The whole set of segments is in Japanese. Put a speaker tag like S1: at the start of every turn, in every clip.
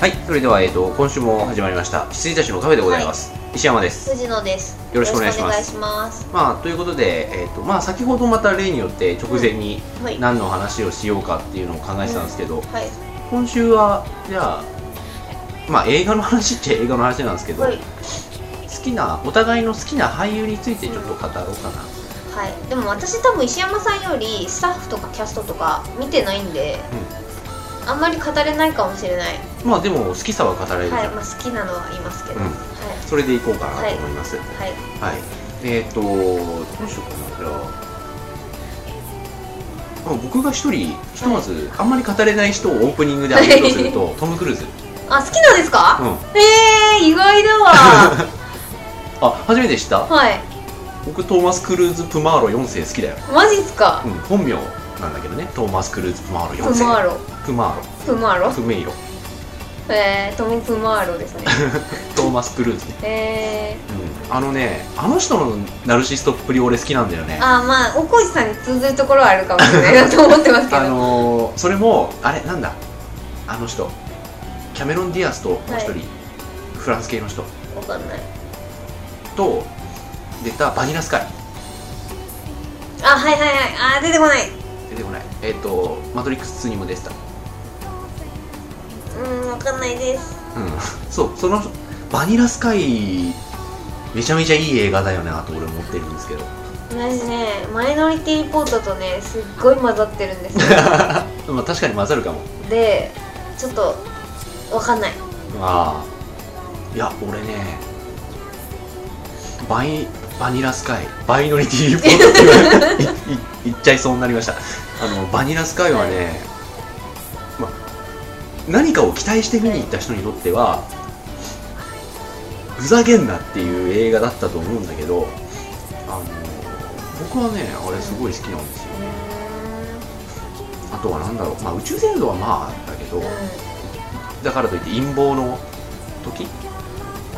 S1: はい、それでは、えっ、と、今週も始まりました。羊たちのカフェでございます。石山です。
S2: 藤野です。
S1: よろしくお願いします
S2: よろくお願いします
S1: まあ、ということで、えっ、と、まあ、先ほどまた例によって直前に
S2: はい。
S1: 何の話をしようかっていうのを考えてたんですけど、
S2: はい。
S1: 今週は、じゃあ、まあ、映画の話っちゃ映画の話なんですけど、
S2: はい。
S1: 好きな、お互いの好きな俳優についてちょっと語ろうかな。
S2: はい。でも私多分石山さんよりスタッフとかキャストとか見てないんで、あんまり語れないかもしれない。
S1: まあ、でも、好きさは語れるじゃん。
S2: はい。まあ好きなのは言いますけど。
S1: うん
S2: はい。
S1: それでいこうかなと思います。はい。
S2: はい。
S1: えっ、と、どうしようかな、じゃあ。まあ僕が一人、ひとまず、あんまり語れない人をオープニングで挙げるとする と、トム・クルーズ。
S2: あ、好きなんです
S1: う
S2: か？
S1: ん。
S2: えー、意外だわ。
S1: あ、初めて知った
S2: はい。
S1: 僕、トーマス・クルーズ・プマーロ4世好きだよ。
S2: マジっすか
S1: う？ん、本名なんだけどね。トーマス・クルーズ・プマーロ4
S2: プ
S1: 世。
S2: マーロ。
S1: プマーロ。
S2: プマーロ。
S1: プメイロ。
S2: えー、トムプマーロですね。
S1: トーマス・クルーズね。
S2: えー。
S1: うん。あのね、あの人のナルシストっぷり俺好きなんだよね。
S2: あーまあ大河内さんに通ずるところはあるかもしれないなと思ってますけど、
S1: あのー、それもあれなんだあの人キャメロン・ディアスともう一人、
S2: はい
S1: フランス系の人
S2: わかんない
S1: と出たバニラスカイ
S2: あはいはいはいあー出てこない
S1: 出てこないえっ、と「マトリックス2」にも出てた
S2: うん、わかんないです。
S1: うんそうそのバニラスカイめちゃめちゃいい映画だよなと俺思ってるんですけど
S2: 私ね、マイノリティリポートとね、すっごい混ざってるんです よ。
S1: まあ確かに混ざるかも
S2: で、ちょっと、わかんない。
S1: ああいや俺ねバイバニラスカイバイノリティリポートって言ういい言っちゃいそうになりましたあのバニラスカイはね、ま、何かを期待して見に行った人にとってはふざけんなっていう映画だったと思うんだけどあの僕はねあれすごい好きなんですよねあとは何だろう、まあ、宇宙戦争はまあだけ
S2: う
S1: ど
S2: ん。
S1: だからといって陰謀の時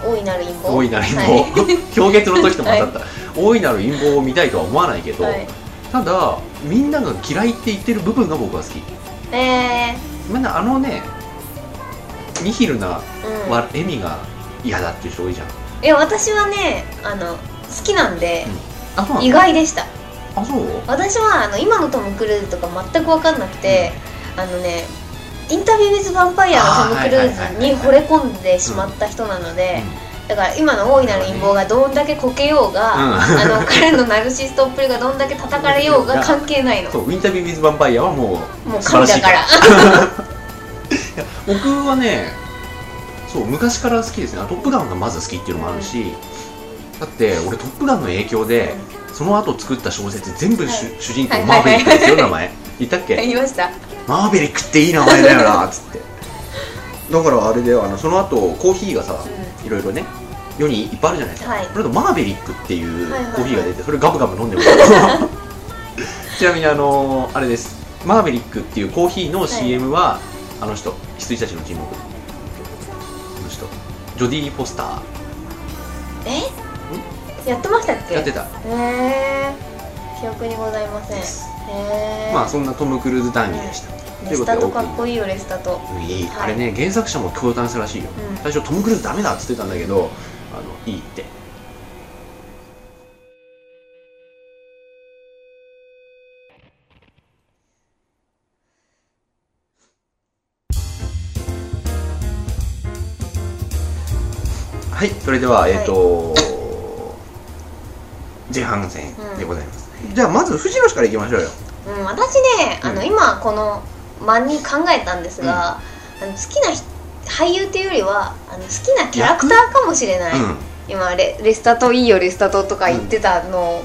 S2: 大いなる陰謀。
S1: 大いなる陰謀、
S2: は
S1: 氷結の時とも当たった、大いなる陰謀を見たいとは思わないけど、
S2: い。はい、
S1: ただみんなが嫌いって言ってる部分が僕は好き
S2: え
S1: みんなあのねニヒルな
S2: ー、うん。
S1: わ笑みが嫌だっていう人多いじゃん
S2: いや、私はね、あの、好きなんで、
S1: あそうな
S2: 意
S1: の
S2: 外でした。
S1: あそう
S2: 私は、あの、今のトム・クルーズとか全くわかんなくて、あのね、インタビュー・ウィズ・ヴァンパイアのトム・クル
S1: あーはいはい
S2: ー
S1: は
S2: ズ
S1: い
S2: に
S1: はい
S2: 惚れ込んでしまった人なので、だから今の大いなる陰謀がどんだけこけようが、
S1: うん
S2: あの彼のナルシストっぷりがどんだけ叩かれようが関係ないの
S1: そうインタビュー・ウィズ・ヴァンパイアはもう
S2: もう神だから
S1: 僕はねそう昔から好きですねあトップガンがまず好きっていうのもあるし、だって俺トップガンの影響でその後作った小説全部主,、
S2: は
S1: 主人公
S2: はい
S1: マーベリックですよ
S2: はい
S1: 名前言ったっけ
S2: 言いました
S1: マーベリックっていい名前だよなっつってだからあれだよあのその後コーヒーがさいろいろね世にいっぱいあるじゃないですか、
S2: はい
S1: それとマーベリックっていう
S2: はいはいはい
S1: コーヒーが出てそれガブガブ飲ん でますちなみにあのーあれですマーベリックっていうコーヒーの CM は、あの人羊たちの沈黙あの人ジョディ・フォスタ
S2: えやってましたっ
S1: ー
S2: け
S1: やってた
S2: へー記憶にございませんへえ
S1: まあそんなトム・クルーズ談義でした、
S2: レスタとかっこいいよレスタと
S1: うんいい、
S2: はい
S1: あれね原作者も共感したらしいよ、
S2: うん
S1: 最初トム・クルーズダメだっつってたんだけどあのいいってはいそれではえっ、と、前半戦でございます、じゃあまず藤野氏からいきましょうよ
S2: うん私ねあの、
S1: うん
S2: 今この間に考えたんですが、あの好きなひ俳優っていうよりはあの好きなキャラクターかもしれない、
S1: うん
S2: 今レレスタといいよレスタととか言ってたの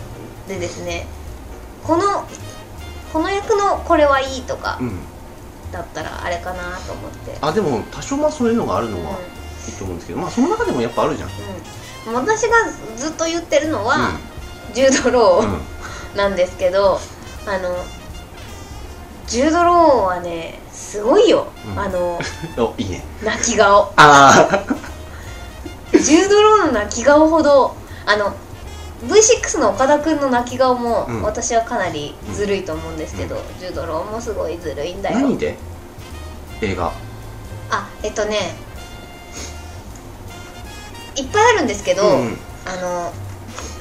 S2: でですね、このこの役のこれはいいとか
S1: うん
S2: だったらあれかなと思って、
S1: あでも多少まあそういうのがある
S2: う
S1: の
S2: ん
S1: はいいと思うんですけどまあその中でもやっぱあるじゃん
S2: うん、私がずっと言ってるのは、ジュード・ロ
S1: うんうん
S2: ーなんですけど、あのジュード・ローはねすごいよ、
S1: うん
S2: あの
S1: おいいね
S2: 泣き顔
S1: あ
S2: ジュード・ローの泣き顔ほどあの V6 の岡田君の泣き顔も、
S1: うん
S2: 私はかなりずるいと思うんですけど、ジュード・ローもすごいずるいん
S1: あ
S2: だよ
S1: 何で映画
S2: あえっとねいっぱいあるんですけど、
S1: うんうん
S2: あの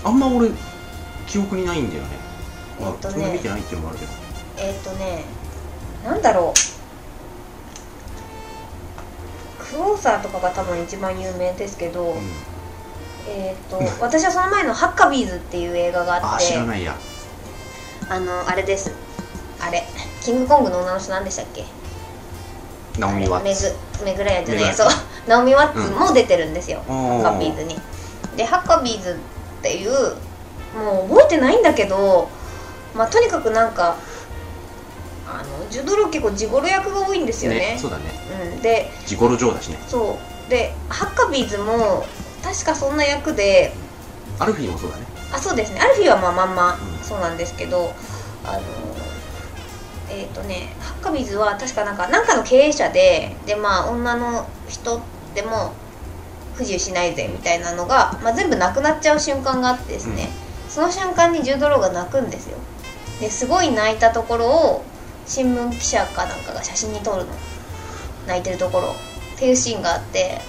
S1: あんま俺記憶にないんだよねまあ
S2: えっとね
S1: そんな見てないっていうのもあるけど
S2: えっ、とねなんだろうクォーサーとかが多分一番有名ですけど、
S1: うん
S2: えっ、と私はその前の「ハッカビーズ」っていう映画があ
S1: あ
S2: っ
S1: 知
S2: て
S1: らないや
S2: あのあれですあれキングコングの女の人なんでしたっけ
S1: ナオミは
S2: あれメグメグライアンじゃない
S1: メグライアン
S2: そう ナオミ・ワッツも出てるんですよ、
S1: ハ
S2: ハッカビーズにでハッカビーズっていうもう覚えてないんだけどまあとにかくなんかあのジュドロ結構地頃役が多いんですよね
S1: そうだね
S2: うん、で
S1: ジゴロジョーだしね
S2: そうでハッカビーズも確かそんな役で
S1: アルフィーもそうだね
S2: あそうですねアルフィーはまあまんま
S1: うん
S2: そうなんですけどあのえっ、とねハッカビーズは確かなんかなんかの経営者ででまあ女の人でも不自由しないぜみたいなのが、まあ、全部なくなっちゃう瞬間があってですね、その瞬間にジュードローが泣くんですよですごい泣いたところを新聞記者かなんかが写真に撮るの泣いてるところっていうシーンがあって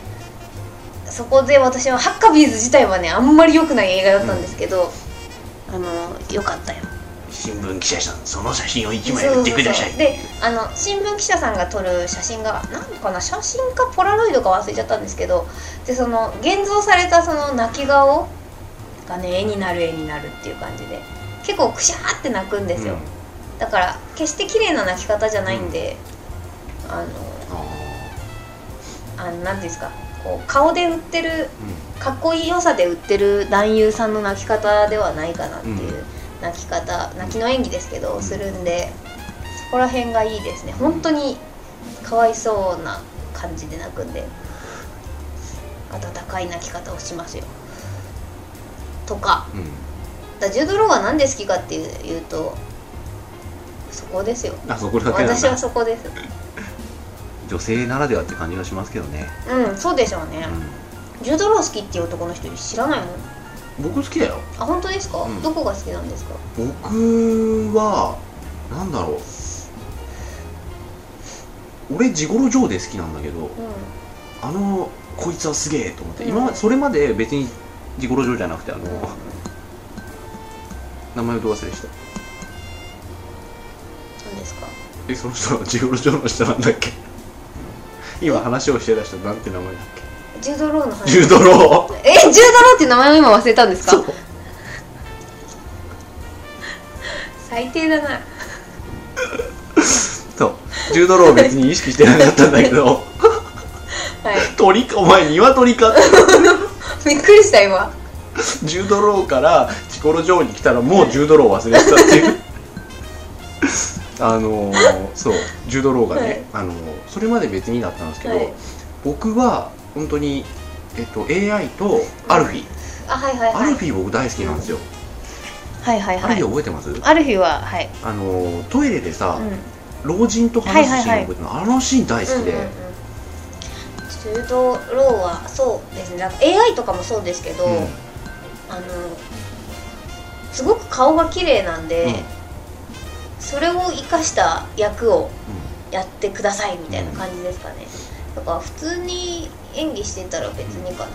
S2: そこで私はハッカビーズ自体はねあんまり良くない映画だったんですけど、あの良かったよ
S1: 新聞記者さんその写真を一枚売ってください
S2: そうそうそうであの新聞記者さんが撮る写真が何かな写真かポラロイドか忘れちゃったんですけどでその現像されたその泣き顔がね絵になる絵になるっていう感じで結構クシャーって泣くんですよ、
S1: うん
S2: だから決して綺麗な泣き方じゃないんで、あの
S1: あ
S2: あのなんていうんですかこう顔で売ってる
S1: ーうん
S2: かっこいい良さで売ってる男優さんの泣き方ではないかなっていうう泣き方、泣きの演技ですけどするんでそこら辺がいいですね本当にかわいそうな感じで泣くんで温かい泣き方をしますよとか
S1: う
S2: だジュード・ローは何で好きかっていういうとそこです よ
S1: んあそこだけなん
S2: 私は
S1: だ
S2: そこです
S1: 女性ならではって感じがしますけどね、
S2: うんそうでしょうね
S1: う
S2: ジュード・ロー好きっていう男の人知らないもん
S1: ん、僕好きだよ
S2: あ本当ですか、
S1: うん
S2: どこが好きなんですか
S1: 僕はなんだろう俺ジゴロジョーで好きなんだけど
S2: うん
S1: あのこいつはすげえと思って、
S2: うん
S1: 今までそれまで別にジゴロジョーじゃなくてあの名前をどう忘れした
S2: 何ですか
S1: えその人はジゴロジョーの人なんだっけ今話をしてた人なんて名前だっ
S2: ジュード・ローの
S1: け
S2: 話
S1: ジュードロー
S2: えジュード・ローって名前を今忘れたんです
S1: そう
S2: か最低だな
S1: そうジュードロー別に意識してなかったんだけど
S2: はい
S1: 鳥かお前鶏かって
S2: びっくりした今
S1: ジュードローからチコロジョーに来たらもうジュードロー忘れてたっていうあのーそうジュードローがね、
S2: はい
S1: あのーそれまで別にだったんですけど、
S2: はい
S1: 僕は本当にえっと AI とアルフィー、
S2: あはいはい
S1: ア
S2: は
S1: ル
S2: い
S1: フィー僕大好きなんですよ、
S2: はいはい
S1: アル
S2: は
S1: フィー
S2: い
S1: 覚えてます
S2: アルフィははい、
S1: あのートイレでさ
S2: う、ん、
S1: 老人と話すシーン覚えてるの、あのシーン大好きで、
S2: うんうんうんジュード・ローはそうですねなんか AI とかもそうですけど、
S1: うん
S2: あのすごく顔が綺麗なんで、
S1: うん
S2: それを生かした役をやってくださいみたいな感じですかね、だから普通に演技してたら別にかな、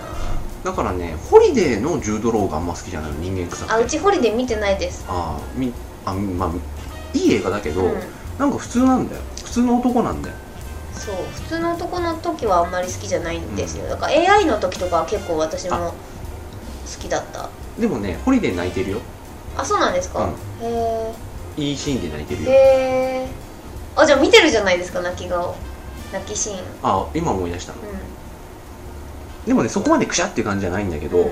S1: だからねホリデーのジュードローがあんま好きじゃないの人間臭くて
S2: あうちホリデー見てないです
S1: あーみあまあいい映画だけど、
S2: ん、
S1: なんか普通なんだよ普通の男なんだよ
S2: そう普通の男の時はあんまり好きじゃないんですよ、だから AI の時とかは結構私も
S1: あ
S2: 好きだった
S1: でもねホリデー泣いてるよ
S2: あそうなんですか、へ
S1: いいシーンで泣いてる
S2: え
S1: よ
S2: へえあじゃあ見てるじゃないですか泣き顔泣きシーン
S1: あ今思い出したの
S2: う
S1: でもねそこまでクシャっていう感じじゃないんだけど、
S2: ん、うん、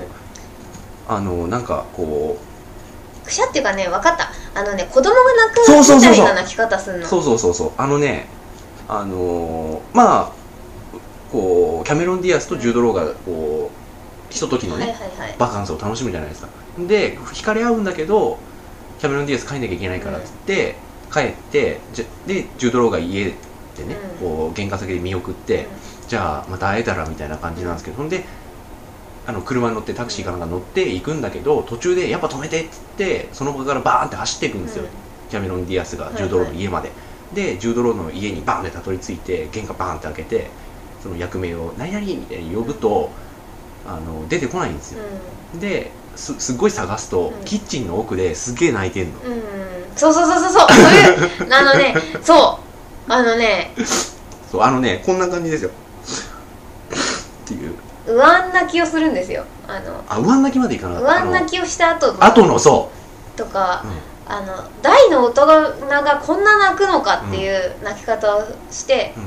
S1: あのなんかこ
S2: くしゃっていうかね分かったあのね子供が泣く
S1: そうそう
S2: み
S1: そうそう
S2: たいな泣き方すん
S1: う
S2: の
S1: そうそうそうそうあのねあのーまあこうキャメロン・ディアスとジュード・ローがこうひとときの
S2: はい
S1: ね、
S2: はいはい
S1: バカンスを楽しむじゃないですかで惹かれ合うんだけどキャメロン・ディアス帰んなきゃいけないからっつって、帰ってじゃでジュード・ローが家でね、
S2: うん
S1: こう玄関先で見送って、じゃあまた会えたらみたいな感じなんですけどほんであの車に乗ってタクシーかなんか乗って行くんだけど途中でやっぱ止めてっつってその場からバーンって走っていくんですよ、キャメロン・ディアスが
S2: はいはい
S1: ジュード・ローの家まで、でジュード・ローの家にバーンってたどり着いて玄関バーンって開けてその役名を「何々」みたいに呼ぶとあの出てこないんです
S2: う
S1: よ、
S2: ん
S1: ですすっごい探すと、
S2: うん
S1: キッチンの奥ですげえ泣いてんの
S2: うんそうそうそうそう そうそういうあのねそうあのね
S1: そうあのねこんな感じですよっていう
S2: 上ん泣きをするんですよあの
S1: あ上ん泣きまでいかなかった
S2: 上ん泣きをした後
S1: あの後のそ
S2: とか
S1: う、、うん
S2: あの大の大人がこんな泣くのかっていう泣き方をして
S1: うん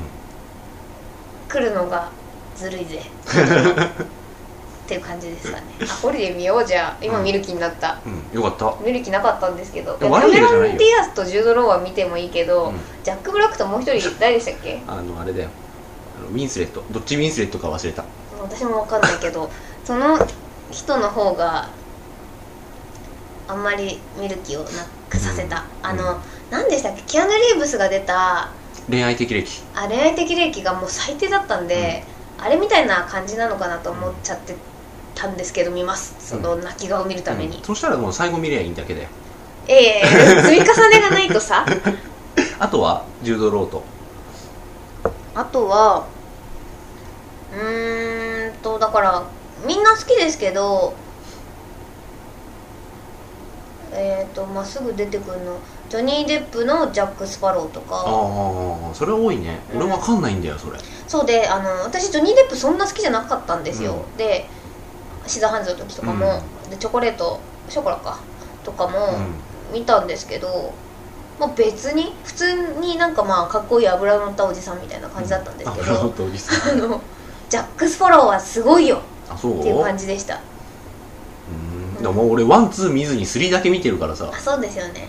S2: くるのがずるい ぜっていう感じですかねあホリデー見ようじゃあ今見る気になった、
S1: うん、よかった。
S2: 見る気なかったんですけどい
S1: で
S2: や
S1: も
S2: キャ
S1: 悪い
S2: メ
S1: 映画じゃないよ
S2: ロン・ディアスとジュード・ローは見てもいいけど、
S1: うん
S2: ジャック・ブラックともう一人誰でしたっけ
S1: あの、あれだよ。あのウィンスレット。どっちウィンスレットか忘れた。
S2: 私も分かんないけどその人の方があんまり見る気をなくさせた、
S1: うん
S2: あ
S1: う
S2: の何でしたっけキアヌ・リーブスが出た
S1: 恋愛的歴。
S2: あ恋愛的利益がもう最低だったんで、あれみたいな感じなのかなと思っちゃってたんですけど見ますその泣き顔を見るために、
S1: うんそしたらもう最後見りゃいいんだけだよ。
S2: ええ積み重ねがないとさ
S1: あとは、ジュード・ローと。
S2: あとはうーんとだからみんな好きですけどえっ、ー、とまあすぐ出てくるのジョニー・デップのジャック・スパロウと
S1: あ
S2: か
S1: あー、それ多いね。
S2: うん
S1: 俺わかんないんだよ、それ。
S2: そうであの私ジョニー・デップそんな好きじゃなかったんですよ、でシザーハンズの時とかも、でチョコレートショコラかとかも
S1: う
S2: 見たんですけど、まあ、別に普通になんかまあかっこいい油のったおじさんみたいな感じだったんですけ
S1: あ、
S2: ど、
S1: とおじ
S2: あ
S1: さん。
S2: のジャック・スパロウはすごいよ
S1: あ、そう
S2: っていう
S1: う
S2: 感じでした
S1: ん。でも俺、ワン、ツー見ずにスリーだけ見てるからさ
S2: あ。そうですよね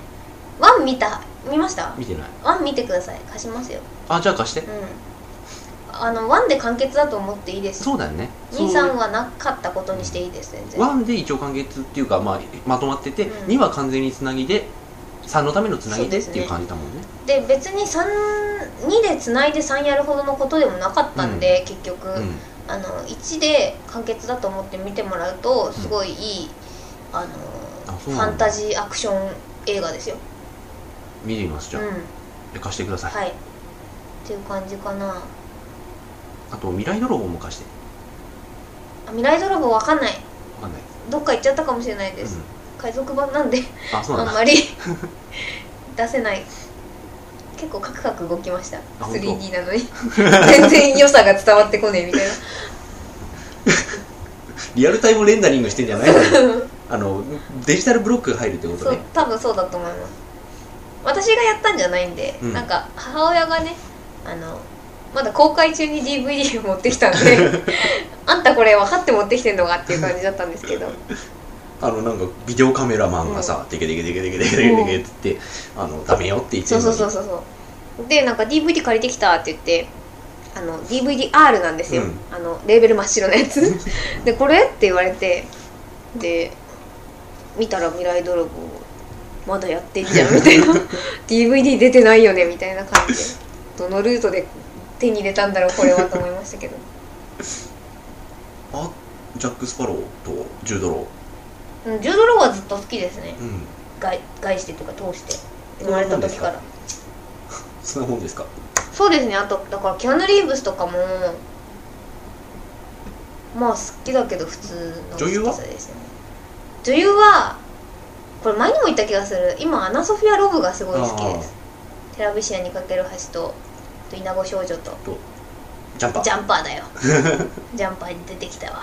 S2: ワン見た見ました
S1: 見てない。
S2: ワン見てください貸しますよ
S1: あ、じゃあ貸して
S2: う。んあのワンで完結だと思っていいです
S1: そうだよね。
S2: 兄さん
S1: は。
S2: はなかったことにしていいです全然
S1: ワンで一応完結っていうか、まあ、まとまってて、
S2: うん
S1: 二は完全につなぎで、三のためのつなぎでっ
S2: そうですね
S1: ていう感じだもんね。
S2: で別に32でつないで3やるほどのことでもなかったんで、結局、
S1: うん。
S2: あの1で完結だと思って見てもらうとすごいいい、あの
S1: あ
S2: フ
S1: そうなんだ
S2: ァンタジーアクション映画ですよ、
S1: 見てみます、じ
S2: う
S1: ゃ
S2: ん
S1: あ。で貸してください。
S2: はいっていう感じかな
S1: あと、未来泥棒も貸して。
S2: あ未来泥棒わかんない
S1: わかんない。
S2: どっか行っちゃったかもしれないです、
S1: う
S2: 海賊版なんで
S1: ん、あ、そうな
S2: あ
S1: ん
S2: ん
S1: だ。
S2: まり出せない結構カクカク動きました
S1: あ本当
S2: 3D なのに全然良さが伝わってこねえ みたいな
S1: リアルタイムレンダリングしてんじゃないあの、デジタルブロックが入るってこ
S2: そ
S1: と
S2: う
S1: ね。
S2: 多分そうだと思います私がやったんじゃないんで、
S1: うん
S2: なんか母親がねあのまだ公開中に DVD を持ってきたん であんたこれ分かって持ってきてんのかっていう感じだったんですけど
S1: あの、なんか、ビデオカメラマンがさ、デケデケデケデケデケデケデケって言って、あの、ダメよって言って
S2: そ
S1: る
S2: う
S1: の
S2: そう
S1: に
S2: そうそうそうでなんか DVD 借りてきたって言ってあの DVDR なんですよ、
S1: うん
S2: あのレーベル真っ白の やつでこれって言われてで見たら未来泥棒まだやってんじゃん みたいな DVD 出てないよねみたいな感じでどのルートで手に入れたんだろうこれはと思いま したけど
S1: あ、ジャック・スパロウとジュードロ
S2: うんジュード・ローはずっと好きですね
S1: ー。うん。
S2: 外外してというか通して生まれた時から
S1: そんなもんですか。
S2: そうですねあとだからキアヌ・リーブスとかもまあ好きだけど普通の
S1: 女優は
S2: 好きさですね女優はこれ前にも言った気がする今アナ・ソフィア・ロブがすごい好きですテラビシアにかける橋とあと稲子少女と
S1: ジャンパー。
S2: ジャンパー だよジャンパーに出てきたわ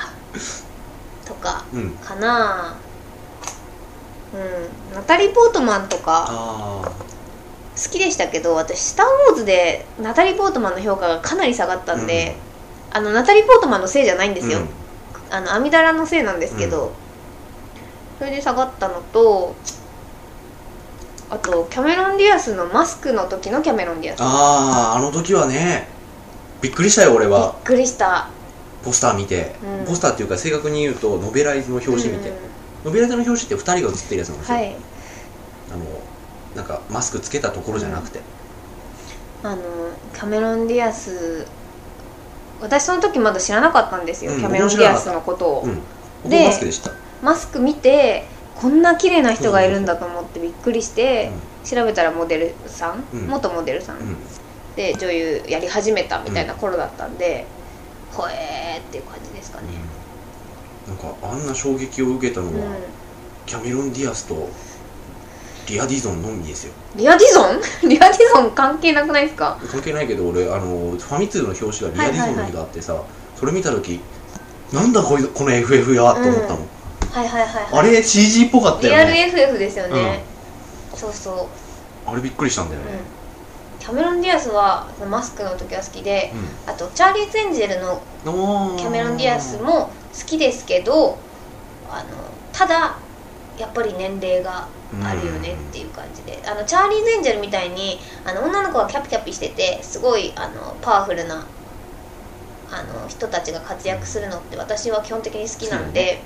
S2: とか
S1: うん。
S2: かなうんナタリー・ポートマンとか
S1: あ
S2: 好きでしたけど私「スター・ウォーズ」でナタリー・ポートマンの評価がかなり下がったんで、あのナタリー・ポートマンのせいじゃないんで
S1: ー。
S2: すよ、あの阿弥陀羅のせいなんですけど、それで下がったのとあとキャメロン・ディアスのマスクの時のキャメロン・ディアスび
S1: ああ、あの時はね、びっくりしたよ、俺
S2: っ
S1: は。
S2: くりした
S1: ポスター見て
S2: う。ん
S1: ポスターっていうか、正確に言うと、ノベライズの表紙見て
S2: うん。
S1: ノベライズの表紙って二人が写ってるやつなんですよ。
S2: はい
S1: あのなんかマスクつけたところじゃなくて、
S2: あのキャメロン・ディアス私その時まだ知らなかったんですよ、
S1: うん
S2: キャメロン・ディアスのことを、
S1: うん、ここ
S2: で
S1: マスクでした
S2: マスク見てこんな綺麗な人がいるんだと思ってびっくりして、調べたらモデルさん、
S1: うん
S2: 元モデルさん、
S1: うん、うん、
S2: で女優やり始めたみたいな頃だったんで、ほえーっていう感じですかね、
S1: なんかあんな衝撃を受けたの
S2: うん
S1: は、キャメロン・ディアスとリア・ディゾンのみですよ
S2: リアディゾン リアディゾン関係なくないですか
S1: 関係ないけど俺あのファミ通の表紙がリア・ディゾンの日があってさ、それ見た時なんだこいこの FF やと思ったもん、
S2: はいはいはい、はい、
S1: あれ CG っぽかった
S2: リ
S1: よ
S2: アル
S1: ね
S2: FF ですよね、そうそう、
S1: あれびっくりしたんだよ
S2: うん
S1: ね、
S2: キャメロン・ディアスはマスクの時は好きで
S1: うん
S2: あとチャーリーズ・エンジェルの
S1: おー
S2: キャメロン・ディアスも好きですけどあのただやっぱり年齢があるよねっていう感じで、あのチャーリーズ・エンジェルみたいにあの女の子がキャピキャピしててすごいあのパワフルなあの人たちが活躍するのって私は基本的に好きなので、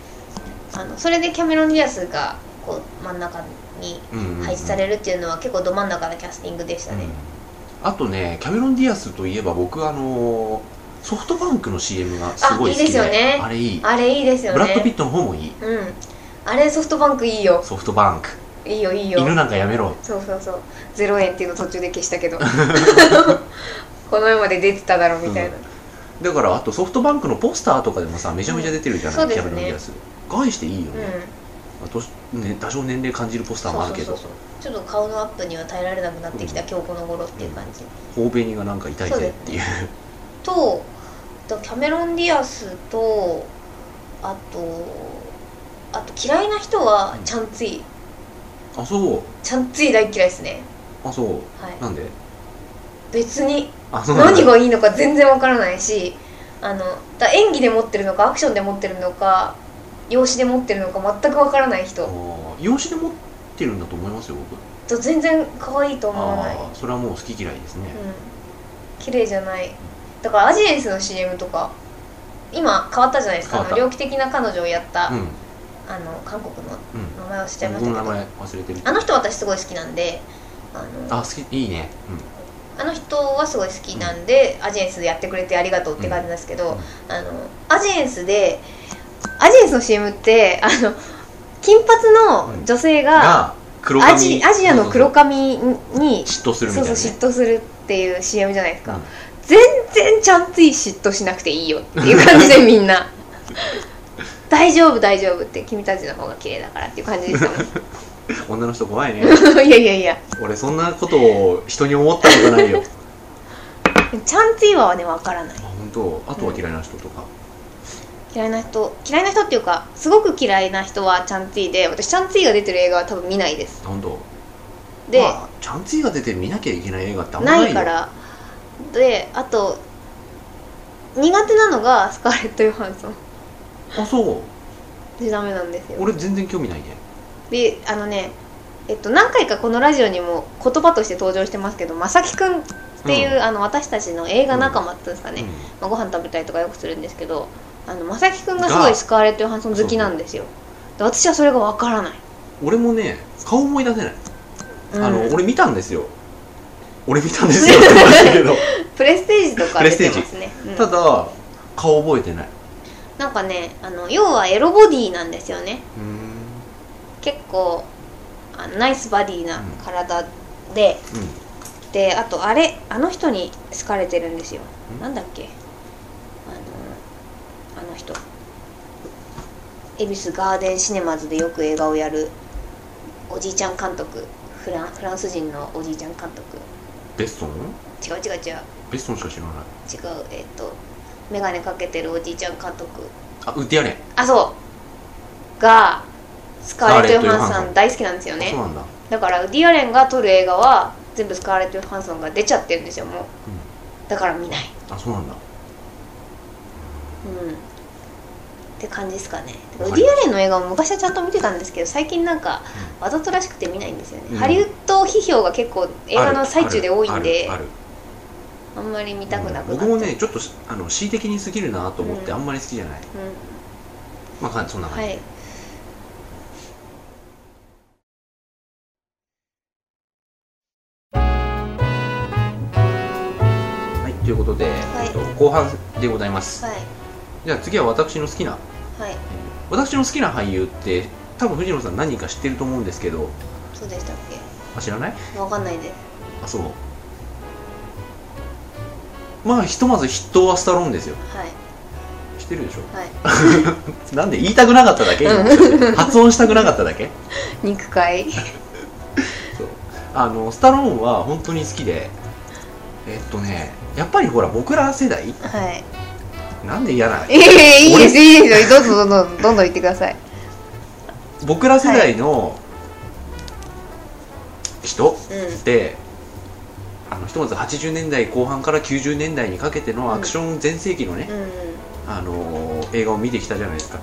S2: あのそれでキャメロン・ディアスがこう真ん中に配置され
S1: る
S2: るっていうのは結構ど真ん中のキャスティングでしたね。
S1: あとねキャメロン・ディアスといえば僕あのソフトバンクの CM がすごい好きで
S2: あいいですよね
S1: あれいい
S2: あれいいですよ
S1: ブ
S2: ね
S1: ラッド・ピットの方もいい
S2: うんあれソフトバンクいいよ
S1: ソフトバンク
S2: いいよいいよ
S1: 犬なんかやめろ
S2: そうそうそう0円っていうの途中で消し たけどこの世まで出てただろうみたいな、
S1: だからあとソフトバンクのポスターとかでもさめちゃめちゃ出てるじゃない、
S2: うんそ
S1: キ
S2: うで
S1: ャ
S2: す
S1: メロン・デ
S2: ね
S1: ィアス返していいよ
S2: うん
S1: ね,、まあ年ね多少年齢感じるポスターもあるけど
S2: そうそうそうちょっと顔のアップには耐えられなくなってきた今日この頃っていう感じ、
S1: 頬紅がなんか痛いぜっていう
S2: とあとキャメロン・ディアスとあとあと嫌いな人はチャンツィ
S1: あそう
S2: チャンツィ大嫌いですね
S1: あそう
S2: はい
S1: なんで
S2: 別に
S1: あそうなんだ
S2: 何がいいのか全然わからないしあのだ演技で持ってるのかアクションで持ってるのか容姿で持ってるのか全くわからない
S1: あ
S2: 人
S1: ー養子で持ってるんだと思いますよ僕
S2: と全然可愛いと思わない、うん
S1: あ、あそれはもう好き嫌いですね、
S2: 綺麗じゃないだからアジエンスの CM とか今変わったじゃないですか
S1: 変わ
S2: あ
S1: っ
S2: の
S1: た
S2: 猟奇的な彼女をやった、
S1: うんうん
S2: あの韓国の名前をしちゃいまし
S1: こ
S2: た
S1: の
S2: け
S1: 名
S2: ど
S1: 前忘れてる
S2: あの人私すごい好きなんであの
S1: あ好きいいね
S2: あの人はすごい好きなんで、アジエンスでやってくれてありがとうって感じなんですけど、
S1: うん
S2: あのアジエンスでアジエンスの CM ってあの金髪の女性
S1: うん
S2: が、
S1: が黒髪
S2: アジアジアの黒髪に
S1: そうそう嫉妬するみ
S2: そ
S1: た
S2: う
S1: いな
S2: そう
S1: ね
S2: 嫉妬するっていう CM じゃないですか、
S1: うん
S2: 全然ちゃんといい嫉妬しなくていいよっていう感じでみんな 大丈夫大丈夫って君たちの方が綺麗だからっていう感じでしたも
S1: 女の人怖いね
S2: ん いやいやいや
S1: 俺そんなことを人に思ったことない よ
S2: ちゃんといいわはねわからない
S1: あ本当あとは嫌いな人とか、
S2: 嫌いな人嫌いな人っていうかすごく嫌いな人はチャンツィで私チャンツィが出てる映画は多分見ないです
S1: 本当
S2: で、
S1: まあ、チャンツィが出て見なきゃいけない映画ってあんまないよ
S2: ないからであと苦手なのがスカーレット・ヨハンソン
S1: あそう
S2: でダメなんですよ
S1: 俺全然興味ないね
S2: であのねえっと何回かこのラジオにも言葉として登場してますけどまさきくんっていう、
S1: うん
S2: あの私たちの映画仲間っていうんですかね、
S1: うん
S2: まあ、ご飯食べたりとかよくするんですけどあのまさきくんがすごいスカーレット・ヨハンソン好きなんですよで私はそれがわからない、
S1: 俺もね顔思い出せない、
S2: うん
S1: あの俺見たんですよ俺見たんですよって言われた けど
S2: プレステージとか出てますね、うん
S1: ただ顔覚えてないう
S2: なんかねあの要はエロボディなんですよね
S1: ーん
S2: 結構あのナイスバディな体で、であとあれあの人に好かれてるんですよ
S1: ん
S2: なんだっけあのあの人恵比寿ガーデンシネマズでよく映画をやるおじいちゃん監督フランフランス人のおじいちゃん監督
S1: ベストン
S2: 違う違う違う違う
S1: ベストンしか知らない
S2: えっ、と眼鏡かけてるおじいちゃん監督
S1: あウッディアレン
S2: あそうがスカーレット・ヨハン
S1: スカーレットヨハン
S2: ソ
S1: ソ
S2: ン
S1: ン
S2: 大好きなんですよ
S1: あ
S2: ね
S1: そうなんだ
S2: だからウディアレンが撮る映画は全部スカーレット・ヨハンソンが出ちゃってるんですよもう、だから見ない
S1: あそうなんだ
S2: うんって感じですかね
S1: わ
S2: ウ
S1: か
S2: デ
S1: り
S2: ィ
S1: ま
S2: アレンの映画も昔はちゃんと見てたんですけど最近なんかわざとらしくて見ないんですよね、
S1: うん
S2: ハリウッド批評が結構映画の最中で多いんで
S1: あ
S2: あ
S1: る
S2: んまり見たくなくなっちゃう
S1: 僕もねちょっとあの恣意的に過ぎるなと思って
S2: うん
S1: あんまり好きじゃない、
S2: うん
S1: まあかんそんな感
S2: は
S1: じ、
S2: い
S1: はいということで、
S2: はい
S1: えっと、後半でございます、
S2: はい
S1: じゃあ次は私の好きな
S2: はい
S1: 私の好きな俳優って多分藤野さん何人か知ってると思うんですけど
S2: そうでしたっ
S1: あ知らない
S2: けわかんないです
S1: あそうまあひとまず筆頭はスタローンですよ
S2: はい
S1: 筆ってるでしょ
S2: はい、
S1: なんで言いたくなかっただ け
S2: う
S1: 発音したくなかっただけ
S2: 肉塊
S1: あのスタローンは本当に好きでえっとねやっぱりほら僕ら世代
S2: はい
S1: なんで嫌な
S2: ええいいですいいですよどうぞどんどんどんどん言ってください
S1: 僕ら世代の人
S2: う
S1: って、あのひとまず80年代後半から90年代にかけてのアクション全盛期のね、
S2: んうん
S1: あのー映画を見てきたじゃないですか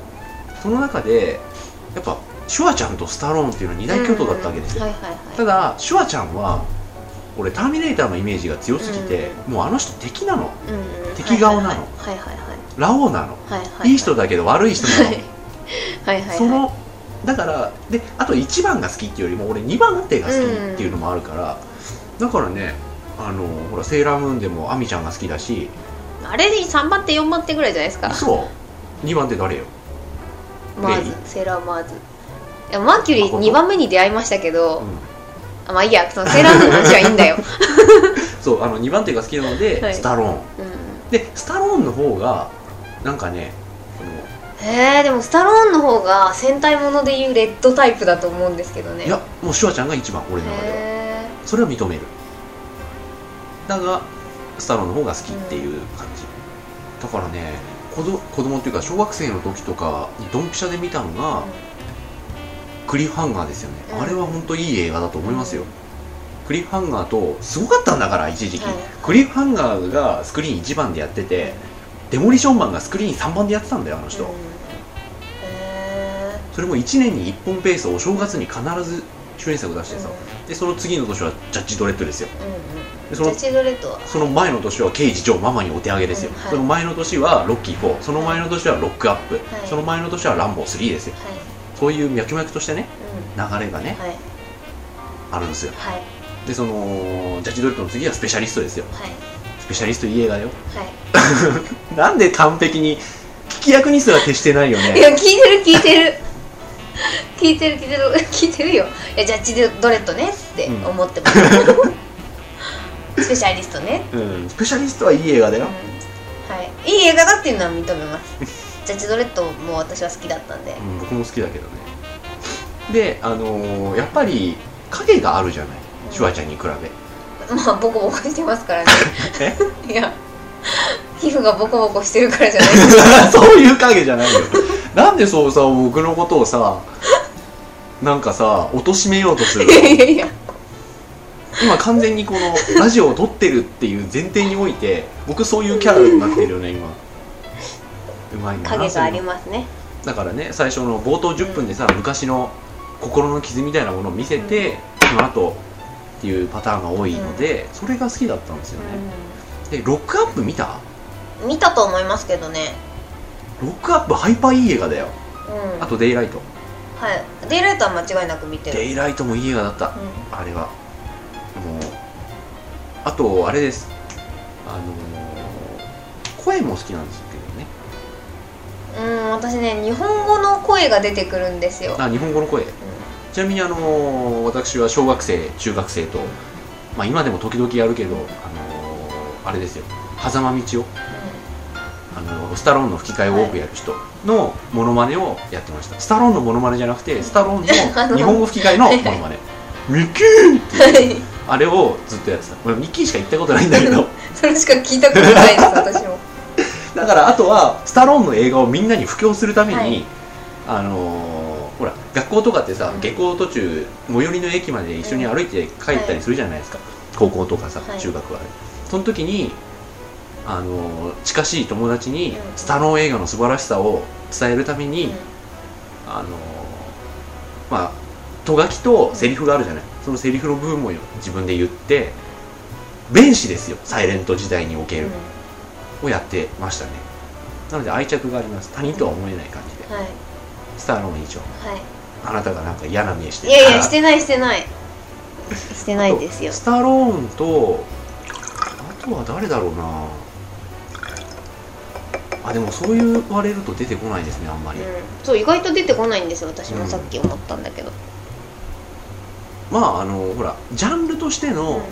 S1: その中でやっぱシュワちゃんとスタローンっていうのは二大巨頭だったわけですよ、
S2: はいはいはい
S1: ただシュワちゃんは俺ターミネーターのイメージが強すぎて、もうあの人敵なの
S2: うんうん
S1: 敵顔なの
S2: はいはいはい
S1: ラオウなの、
S2: はいはいはい
S1: いい人だけど悪い人なの、
S2: はいはいはい
S1: そのだからであと1番が好きっていうよりも俺2番手が好きっていうのもあるから、だからねあのほらセーラームーンでもアミちゃんが好きだし
S2: あれで3番手4番手ぐらいじゃないですか
S1: そう2番手誰よ
S2: マー
S1: レイ
S2: ズセーラーマーズいやマーキュリ
S1: あこ
S2: ー
S1: こ
S2: 2番目に出会いましたけど、
S1: うん
S2: あまあいいやそのセーラームーンの話はいいん だよ、
S1: そうあの2番手が好きなので、
S2: はい
S1: スタローン
S2: うん、
S1: でスタローンの方がなんかねこの
S2: へえでもスタローンの方が戦隊ものでいうレッドタイプだと思うんですけどね
S1: いやもうシュワちゃんが1番俺の中では
S2: へ
S1: それは認めるだがスタローンの方が好きっていう感じ、だからね子ど子供っていうか小学生の時とかにドンピシャで見たのが、
S2: うん
S1: クリフハンガーですよね、
S2: うん
S1: あれは本当いい映画だと思いますよ、クリフハンガーとすごかったんだから一時期、
S2: はい
S1: クリフハンガーがスクリーン1番でやっててデモリションマンがスクリーン3番でやってたんだよあの
S2: え
S1: 人、
S2: うんへ
S1: それも1年に1本ペースをお正月に必ず主演作出し
S2: え
S1: てさ、でその次の年はジャッジ・ドレッドですよ
S2: うんうん
S1: で
S2: ジ
S1: そ
S2: ャ
S1: の
S2: ッジドレッドは
S1: その前の年は刑事ジョーママにお手上げですよ、
S2: うんはい
S1: その前の年はロッキー4その前の年はロックアップ、
S2: はい
S1: その前の年はランボー3ですよ
S2: はい
S1: そういう脈々としてね
S2: う
S1: 流れがね
S2: んはい
S1: あるんですよ
S2: はい
S1: でそのジャッジ・ドレッドの次はスペシャリストですよ
S2: はい
S1: スペシャリストいい映画よ
S2: はい
S1: なんで完璧に聞き役にすら徹してないよ
S2: い
S1: ね
S2: や聞いてる聞いてる聞いてる聞い てる聞いてるよいやジャッジドレッドねって
S1: うん
S2: 思ってます、 スペシャリストね、
S1: うんスペシャリストはいい映画だ
S2: うん
S1: よ、
S2: はい、いい映画だっていうのは認めますジャッジドレッドも私は好きだったんで、
S1: うん、僕も好きだけどねであのーやっぱり影があるじゃないシュワちゃんに比 べ
S2: まあボコボコしてま すからね
S1: え
S2: いや皮膚がボコボコしてるからじゃない
S1: そういう影じゃないよなんでそうさ僕のことをさなんかさ貶としめようとする
S2: いやいやいや
S1: 今完全にこのラジオを撮ってるっていう前提において僕そういうキャラになってるよね今うまいんだな
S2: 影があり
S1: そ
S2: ますね
S1: れだからね最初の冒頭10分でさ昔の心の傷みたいなものを見せて、その後っていうパターンが多いので、それが好きだったんですよね、でロックアップ見た
S2: うん見たと思いますけどね
S1: ロックアップハイパーいい映画だよ
S2: うん
S1: あとデイライト
S2: はいデイライトは間違いなく見てる
S1: デイライトもいい映画だった
S2: うん
S1: あれはもうあとあれですあのー声も好きなんですけどね
S2: うん私ね日本語の声が出てくるんですよ、
S1: あ日本語の声
S2: う
S1: ちなみにあのー私は小学生中学生とまあ今でも時々やるけどあのーあれですよ狭間道をあのースタローンの吹き替えを多くやる人のモノマネをやってましたスタローンのモノマネじゃなくてスタローン の日本語吹き替えのモノマネミッキーって
S2: ん、
S1: あれをずっとやってた俺ミッキーしか言ったことないんだけど
S2: それしか聞いたことないです私も
S1: だからあとはスタローンの映画をみんなに布教するために、
S2: はい
S1: あのーほら学校とかってさ、
S2: うん
S1: 下校途中最寄りの駅まで一緒に歩いて帰ったりするじゃないですか、高校とかさ、
S2: はい
S1: 中学はその時にあのー近しい友達に
S2: うん
S1: スタローン映画の素晴らしさを伝えるために、
S2: うん
S1: あのーまあと書きとセリフがあるじゃないそのセリフの部分も自分で言って弁士ですよサイレント時代における、
S2: う
S1: をやってましたねなので愛着があります他人とは思えない感じで、
S2: んはい
S1: スターローン以上
S2: は
S1: あなたがなんか嫌な目して
S2: いいやいやしてないしてないしてないですよ
S1: スタローンとあとは誰だろうなあでもそう言われると出てこないですねあんま
S2: う
S1: り、
S2: ん、そう意外と出てこないんですよ私もさっき思ったんだけど、
S1: まああのほらジャンルとして
S2: うん
S1: の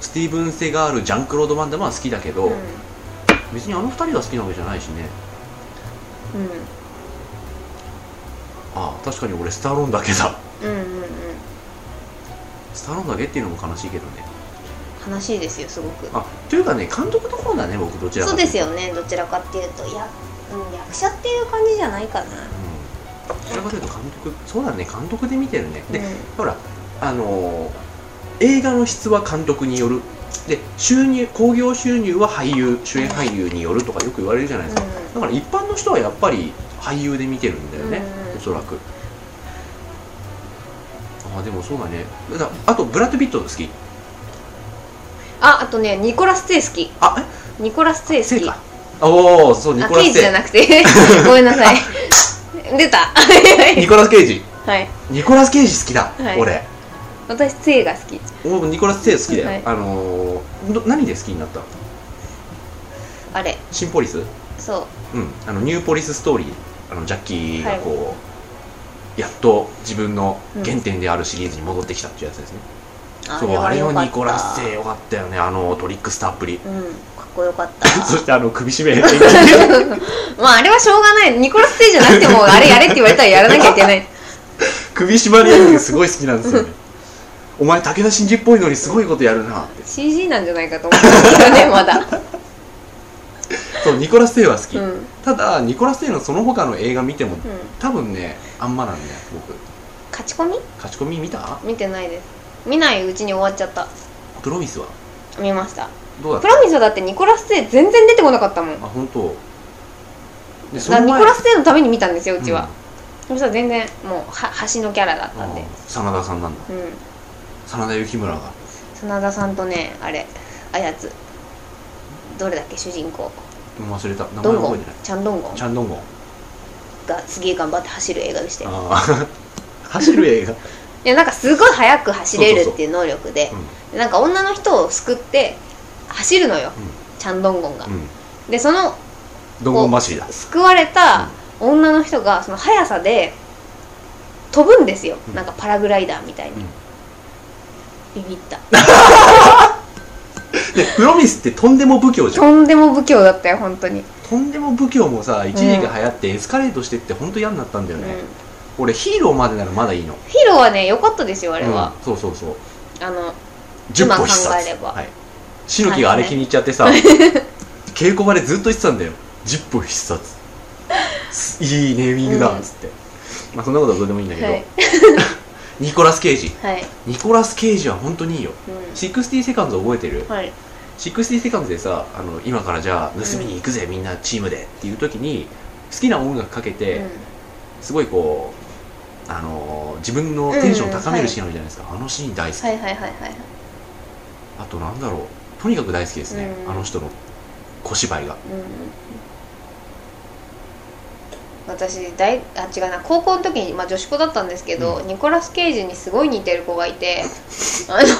S1: スティーブン・セガールジャンクロード・バンダムは好きだけど、
S2: うん
S1: 別にあの二人が好きなわけじゃないしね
S2: うん
S1: あ確かに俺スタローンだけだ
S2: うんうん
S1: スタローンだけっていうのも悲しいけどね
S2: うん悲しいですよすごく
S1: あというかね監督の方だね僕どちらか
S2: そう
S1: とい
S2: で
S1: と
S2: すよねどちらかっていうとや、うん、役者っていう感じじゃないかな
S1: うんどちらかというと監督そうだね監督で見てるねで、
S2: うん
S1: ほらあのー映画の質は監督によるで収入興行収入は俳優主演俳優によるとかよく言われるじゃないですか、だから一般の人はやっぱり俳優で見てるんだよね、
S2: うん
S1: おそらくあーでもそうだねだあとブラッド・ピット好き
S2: ああとねニコラス・テイ好き
S1: あえ
S2: ニコラス・テイ
S1: せい
S2: 好き
S1: かおおそうニ
S2: あ
S1: コラ
S2: ケイ
S1: ス・
S2: ジじゃ
S1: テ
S2: なくて ごめんな さい出た
S1: イニコラス・ケイジ
S2: はい
S1: ニコラス・ケイジ好きだ、
S2: はい
S1: 俺
S2: 私テイが好き
S1: 俺もニコラス・テイ好きだよ、
S2: はい
S1: あのーど何で好きになったの
S2: あれ
S1: シンポリス
S2: そ
S1: うん、あのニューポリスストーリーあのジャッキーがこう、やっと自分の原点であるシリーズに戻ってきたっていうやつですね、
S2: うあ
S1: そうあれ
S2: 良
S1: の
S2: かった
S1: ニコラス製よかったよねあのトリックスターっぷり
S2: うんかっこよかっ
S1: そ
S2: た
S1: してあの首絞め
S2: まああれはしょうがないニコラス・テイじゃなく てもあれやれって言われたらやらなきゃいけない
S1: 首絞めるのすごい好きなんですよねお前武田真治っぽいのにすごいことやるなって
S2: CG なんじゃないかと思うんだ けどねまだ
S1: そうニコラス・テイは好き、
S2: うんうん
S1: ただニコラス・テイのその他の映画見ても多分ねあんまなんだよ僕
S2: 勝ち込み
S1: 勝ち込み見た
S2: 見てないです見ないうちに終わっちゃった
S1: プロミスは
S2: 見ました
S1: どうだっ
S2: プ
S1: た
S2: ロミスはだってニコラス・テイ全然出てこなかったもんだ
S1: あ本当で
S2: からニコラス・テイのために見たんですようち
S1: う
S2: は
S1: ん、
S2: そしたら全然もうは橋のキャラだったんで
S1: 真田さんなんだ
S2: うん
S1: 真田幸村が
S2: 真田さんとねあれあやつどれだっけ主人公
S1: もう忘れた名前
S2: ドンゴ
S1: 覚え
S2: ン
S1: てない
S2: ちゃんどんごん
S1: チャンドンゴン
S2: がすげえ頑張って走る映画でしたよ
S1: あー走る映画
S2: いやなんかすごい速く走れるっていう能力で
S1: そうそう
S2: でなんか女の人を救って走るのよ、
S1: う
S2: ちゃんどんごんが、
S1: うん
S2: でその
S1: ドンゴン走りだ
S2: 救われた女の人がその速さで飛ぶんですよ、
S1: うん
S2: なんかパラグライダーみたいに、ビビった
S1: でプロミスってとんでも不況じゃん
S2: とんでも不器用だったよ本当に、
S1: とんでも不況もさ一時期流行ってエスカレートしてって本当嫌になったんだよ
S2: うん
S1: ね、俺ヒーローまでならまだいいの
S2: ヒーローはね良かったですよあれは、
S1: うんそうそうそう
S2: あの
S1: 10
S2: 今
S1: 歩必殺
S2: 考えれば
S1: はいしのきがあれ気に入っちゃってさ、稽古場でずっと言ってたんだよ10歩必 殺すいいネーミングだ
S2: うん
S1: っつって、まあそんなことはどうでもいいんだけど、
S2: はい
S1: ニコラス・ケイジ
S2: はい、
S1: ニコラス・ケイジは本当にいいよ
S2: う
S1: 60セカンズ覚えてる
S2: ん、はい
S1: 60セカンズでさあの今からじゃあ盗みに行くぜ、みんなチームでっていう時に好きな音楽かけて、
S2: うん
S1: すごいこうあのー自分のテンション高めるシーンあるじゃないですか、あのシーン大好き、
S2: はいはいはいはい
S1: あとなんだろうとにかく大好きですね、
S2: うん
S1: あの人の小芝居が
S2: うん私大あ違うな高校の時に、まあ、女子校だったんですけど、
S1: う
S2: ニコラス・ケイジにすごい似てる子がいてあのい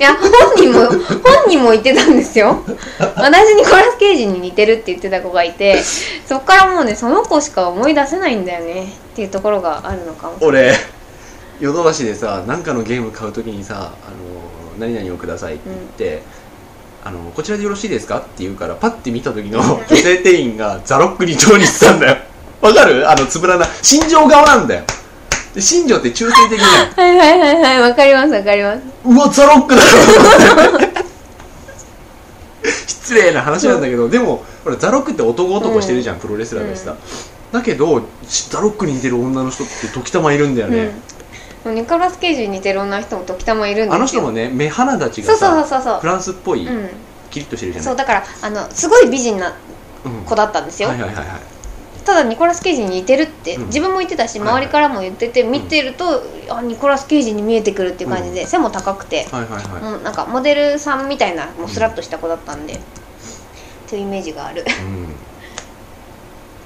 S2: や本人も本人も言ってたんですよ私ニコラス・ケイジに似てるって言ってた子がいてそっからもうねその子しか思い出せないんだよねっていうところがあるのかも
S1: 俺ヨドバシでさ何かのゲーム買うときにさ「あのー何々をください」って言って、あのーこちらでよろしいですか?」って言うからパッて見た時の
S2: うん
S1: 女性店員がザロックに調理してたんだよわかるあのつぶらな新庄顔なんだよで新庄って中性的じゃん
S2: はいはいはいはいわかりますわかります
S1: うわザロックだよ 失礼な話なんだけど、でもほらザロックって男男してるじゃん、プロレスラーでさ、
S2: うん
S1: だけどザロックに似てる女の人って時たまいるんだよね、
S2: うん、ニコラス・ケイジに似てる女の人も時たまいるんですよ
S1: あの人もね目鼻立ち
S2: そ
S1: が
S2: うそ
S1: さ
S2: うそうそう
S1: フランスっぽい、
S2: うん、
S1: キリッとしてるじゃな
S2: そ
S1: いう
S2: だからあのすごい美人な
S1: うん
S2: 子だったんですよ、
S1: はいはいはいはい
S2: ただニコラス・ケイジに似てるって、
S1: うん
S2: 自分も言ってたし
S1: はいはい
S2: 周りからも言ってて、見てるとあニコラス・ケイジに見えてくるっていう感じで、背も高くて、
S1: はいはいは
S2: もうなんかモデルさんみたいなもうスラッとした子だったんで、っていうイメージがある
S1: い、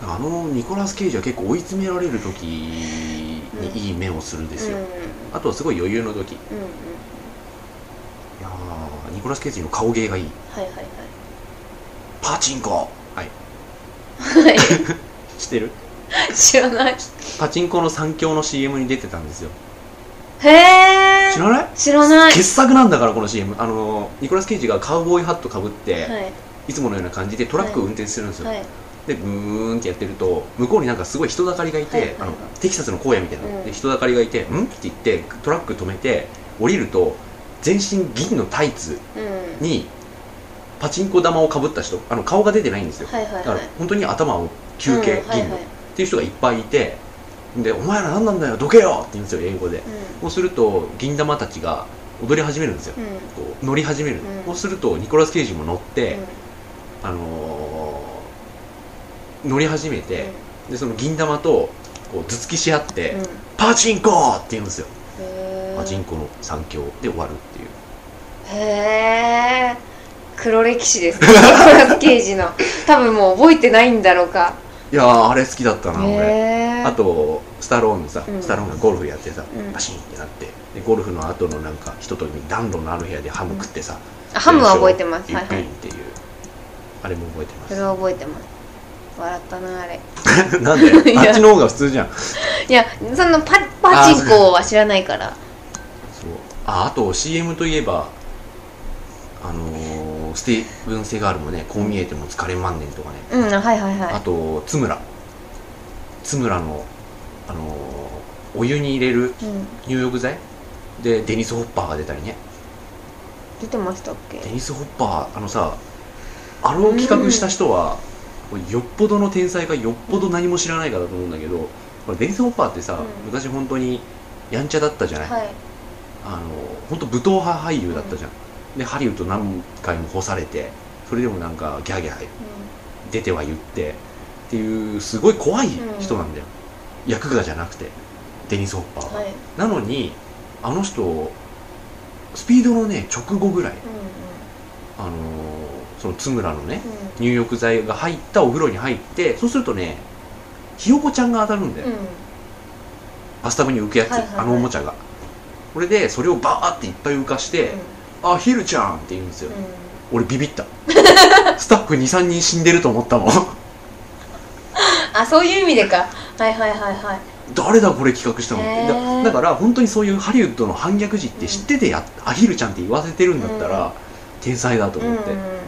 S1: うん、あのニコラス・ケイジは結構追い詰められる時にいい目をするですよ、
S2: うん
S1: あとはすごい余裕の時い
S2: うんうん
S1: やーニコラス・ケイジの顔芸がいい
S2: はいはい
S1: パチンコはい
S2: はい
S1: 知ってる
S2: はい知らない
S1: パチンコの三強の CM に出てたんですよ
S2: へえ
S1: 知らない
S2: 知らない
S1: 傑作なんだからこの CM あのニコラス・ケイジがカウボーイハットかぶって、
S2: はい
S1: い、つものような感じでトラックを運転するんですよ、
S2: はい
S1: でブーンってやってると向こうになんかすごい人だかりがいて、
S2: はいはい
S1: あのテキサスの荒野みたいな、
S2: うん
S1: で人だかりがいて「ん?」って言ってトラック止めて降りると全身銀のタイツ
S2: うん
S1: にパチンコ玉をかぶった人あの顔が出てないんですよ、
S2: はいはい
S1: だか
S2: は
S1: ら
S2: い
S1: 本当に頭を休憩、
S2: うんはい
S1: 銀の、
S2: はい
S1: っていう人がいっぱいいてで「お前ら何なんだよどけよ!」って言うんですよ英語でそうすると銀玉たちが踊り始めるんですよ
S2: うんうん
S1: こう乗り始める、
S2: う
S1: そ
S2: ん
S1: うするとニコラス・ケイジも乗って、
S2: うん
S1: あのー乗り始めて、でその銀玉とこう頭突きし合って、
S2: うん
S1: パチンコって言うんですよ、
S2: へー
S1: パチンコの三強で終わるっていう
S2: へえ黒歴史ですねニコラス・ケイジの多分もう覚えてないんだろうか
S1: いやーあれ好きだったな俺
S2: へえ
S1: あとスタローンのさ、
S2: うん
S1: スタローンがゴルフやってさ、
S2: うん
S1: パシンってなってでゴルフの後のなんかひとときに暖炉のある部屋でハム食ってさ、
S2: あハムは覚えてます
S1: 一
S2: はいは
S1: 品っ
S2: い
S1: ていう、あれも覚えてま
S2: それ
S1: す
S2: は覚えてます笑ったなあれ
S1: なんで
S2: いや
S1: あっちの方が普通じゃん
S2: いやそのパパチンコは知らないから
S1: そうああと CM といえばあのー、スティーブン・セガールもね「こう見えても疲れまんねん」とかね、
S2: うんはいはい
S1: あ
S2: は
S1: と津村津村の、あのーお湯に入れる
S2: い、うん、
S1: 入浴剤でデニス・ホッパーが出たりね
S2: 出てましたっけ
S1: デニス・ホッパーあのさあれを企画した人は、これよっぽどの天才かよっぽど何も知らないかだと思うんだけどこれデニス・ホッパーってさ、
S2: うん
S1: 昔本当にやんちゃだったじゃない、
S2: はい
S1: あの本当武闘派俳優だったじゃん、でハリウッド何回も干されてそれでもなんかギャーギャー出ては言ってっていうすごい怖い人なんだよ、役がじゃなくてデニス・ホッパー
S2: うん
S1: は、
S2: はい
S1: なのにあの人スピードのね直後ぐらい、
S2: うん
S1: あのーその津村のね
S2: う
S1: 入浴剤が入ったお風呂に入ってそうするとねひよこちゃんが当たるんだよ、
S2: んうん
S1: バスタブに浮くやつ、
S2: はいはいはい
S1: あのおもちゃがこれでそれをバーっていっぱい浮かして、あヒルちゃんって言うんですよ、
S2: うん
S1: 俺ビビった スタッフ23人死んでると思ったもん
S2: あそういう意味でかはいはいはいはい
S1: 誰だこれ企画したのっ
S2: へ
S1: て
S2: ー
S1: だだから本当にそういうハリウッドの反逆児って知っててや、アヒルちゃんって言わせてるんだったら、
S2: う
S1: 天才だと思って、
S2: うん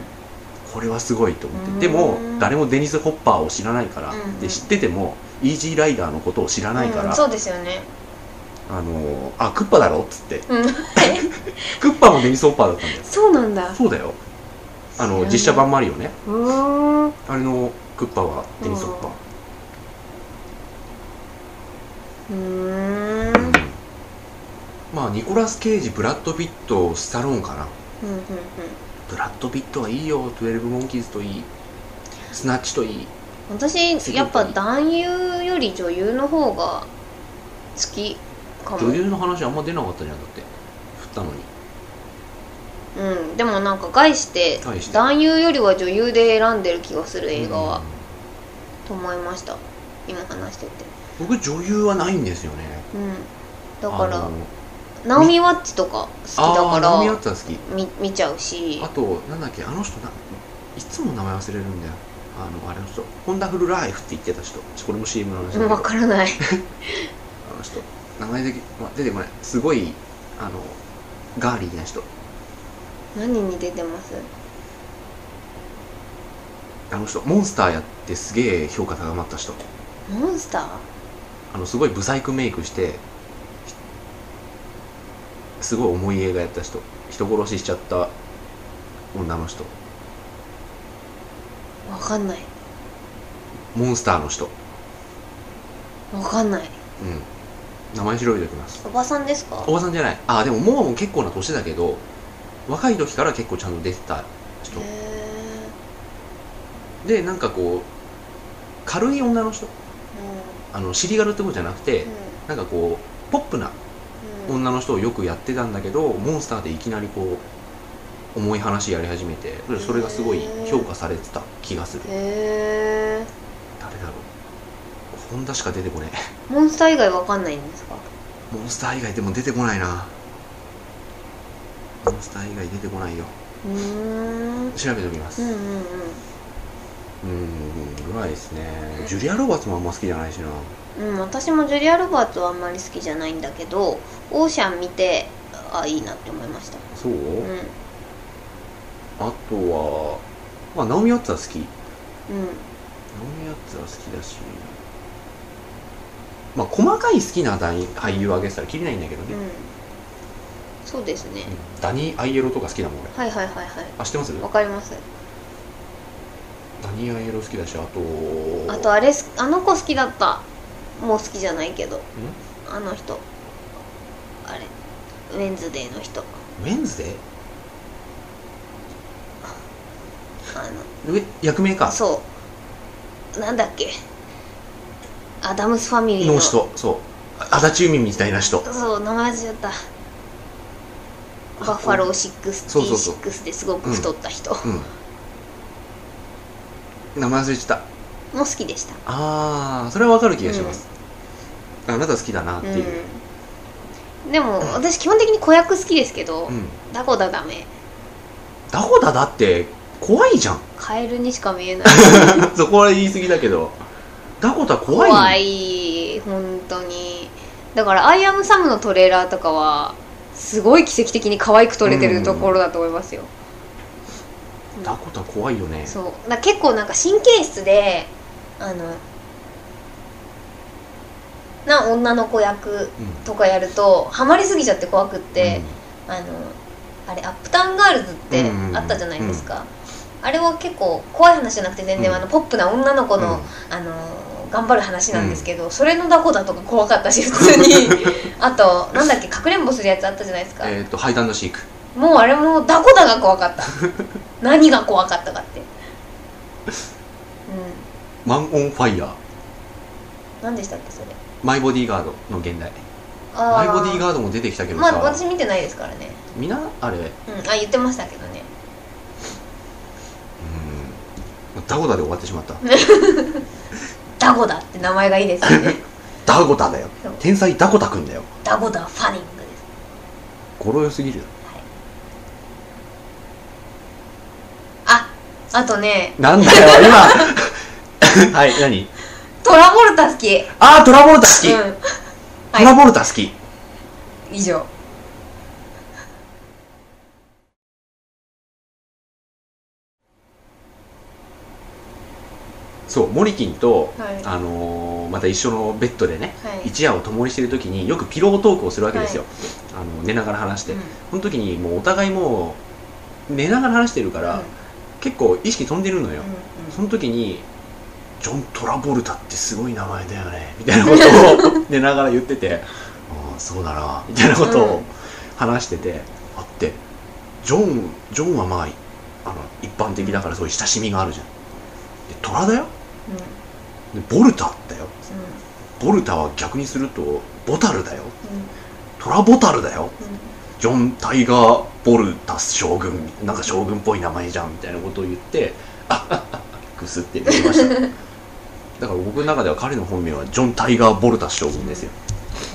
S1: これはすごいと思って、
S2: うん
S1: でも誰もデニス・ホッパーを知らないから、
S2: うん
S1: で知っててもイージーライダーのことを知らないから、
S2: うんそうですよね
S1: あのーあクッパだろっつって
S2: うん
S1: クッパもデニス・ホッパーだったんだよ
S2: そうなんだ
S1: そうだよあ
S2: 知ら
S1: の
S2: ない
S1: 実写版もあるよね
S2: うーん
S1: あれのクッパはデニス・ホッパー、
S2: うーん
S1: まあニコラス・ケイジブラッド・ピットスタローンかな
S2: うんうんうん
S1: ブラッド・ピットはいいよ12モンキーズといいスナッチといい
S2: 私やっぱ男優より女優の方が好きかも
S1: 女優の話あんま出なかったじゃんだって振ったのに
S2: うんでもなんか概して
S1: 概して
S2: 男優よりは女優で選んでる気がする映画は、と思いました今話してて
S1: うん僕女優はないんですよね
S2: うんだから、
S1: あの
S2: ナオミ・ワッチとか好きだ
S1: あ
S2: か
S1: ーナオミ・ワッ
S2: ら
S1: ツは好き
S2: 見見ちゃうし
S1: あとなんだっけあの人ないつも名前忘れるんだよあのあれの人ホンダフルライフって言ってた人これも CM の話
S2: うん
S1: だ
S2: わ
S1: けど
S2: から
S1: あ
S2: ない
S1: の人名前だけ、ま、出てこないすごいあのガーリーな人
S2: 何に出てます
S1: あの人モンスターやってすげえ評価高まった人
S2: モンスター
S1: あのすごいブサイクメイクしてすごい重い映画やった人人殺ししちゃった女の人
S2: わかんない
S1: モンスターの人
S2: わかんない
S1: うん名前調べておきます
S2: おばさんですか
S1: おばさんじゃないあでももう結構な年だけど若い時から結構ちゃんと出てた人
S2: へえ
S1: でなんかこう軽い女の人あのシリガルってことじゃなくてなんかこうポップな
S2: うんうん
S1: 女の人をよくやってたんだけどモンスターでいきなりこう重い話やり始めてそれがすごい評価されてた気がする
S2: へえ
S1: 誰だろうホンダしか出てこね
S2: モンスター以外わかんないんですか
S1: えモンスター以外でも出てこないなモンスター以外出てこないよ
S2: うーん
S1: 調べておきま
S2: う
S1: す
S2: んう
S1: う
S2: ん
S1: んぐらいですねジュリア・ロバーツもあんま好きじゃないしな
S2: うんうん私もジュリア・ロバーツはあんまり好きじゃないんだけどオーシャン見てあいいなって思いました
S1: そう、
S2: うんうん
S1: あとはまあナオミ・ワッツは好きのやつは好きだしまあ細かい好きな大俳優を挙げてたらきりないんだけど
S2: う
S1: ね、
S2: んそうですね
S1: うんダニー・アイエロとか好きだもん俺
S2: はいはいはいはい
S1: あ知ってます
S2: わかります
S1: ダニー・アイエロ好きだしあと
S2: あとあれすあの子好きだったもう好きじゃないけどあの人あれウェンズデーの人
S1: ウェンズデー
S2: あ
S1: うえ役名
S2: の
S1: か
S2: そうなんだっけアダムスファミリーの
S1: の人そうあ足立由美みたいな人
S2: そう名前忘れちゃった
S1: あ
S2: バッファロー
S1: そうそうそう
S2: 6ですごく太った人も
S1: うん名前忘れちゃった
S2: 好きでした
S1: ああそれはわかる気がします、あなた好きだなっていう、
S2: うんでも私基本的に子役好きですけど
S1: うん
S2: ダコダダメ
S1: ダホダだって怖いじゃん
S2: カエルにしか見えない
S1: そこは言い過ぎだけどダコダ怖い
S2: 怖い本当にだから「アイアムサム」のトレーラーとかはすごい奇跡的に可愛く撮れてるところだと思いますよ、
S1: ダコダ怖いよね
S2: そうだ結構なんか神経質であのな女の子役
S1: うん
S2: とかやるとハマりすぎちゃって怖くって、あのあれアップタウンガールズって
S1: うんうんうん
S2: あったじゃないですか、あれは結構怖い話じゃなくて全然、
S1: うん
S2: あのポップな女の子
S1: うん
S2: の、あの頑張る話なんですけど、それのダコダとか怖かったし普 通にあとなんだっけかくれんぼするやつあったじゃないですか、
S1: えっ、とハイタンドシーク
S2: もうあれもダコダが怖か った何が怖かったかってうん
S1: マン・オン・ファイヤー
S2: 何でしたっけそれ
S1: マイ・ボディーガードの現代マ
S2: あ
S1: イ・ボディー
S2: ー
S1: ガードも出てきたけど
S2: ま
S1: さ、
S2: あ私見てないですからね
S1: みんなあれうん
S2: うんあ言ってましたけどね
S1: ダゴダで終わってしまった
S2: ダゴダって名前がいいですよ ね
S1: ダゴダだよ
S2: そう
S1: 天才ダコダくんだよ
S2: ダゴダファニングです
S1: ゴロよすぎるよ
S2: ああとね
S1: なんだよ 今はい何
S2: トラボルタ好き
S1: あートラボルタ好き、
S2: うんはい
S1: トラボルタ好き
S2: 以上
S1: そうモリキンと、
S2: はい
S1: あのーまた一緒のベッドでね
S2: はい
S1: 一夜を共にしてる時によくピロートークをするわけですよ、あの寝ながら話して、
S2: うん
S1: その時にもうお互いもう寝ながら話してるから、
S2: うん
S1: 結構意識飛んでるのよ、
S2: うんうん
S1: その時に「ジョン・トラボルタってすごい名前だよね」みたいなことを寝ながら言ってて 「ああそうだな」みたいなこと
S2: う
S1: を
S2: ん
S1: 話してて、あってジョンジョンはまああの一般的だからそういう親しみがあるじゃんでトラだよ
S2: うん
S1: でボルタだよボルタは逆にするとボタルだよトラボタルだよ
S2: うんうん
S1: ジョン・タイガー・ボルタス将軍なんか将軍っぽい名前じゃんみたいなことを言ってあっくすって言いま しただから僕の中では彼の本名はジョン・タイガー・ボルタス将軍ですよ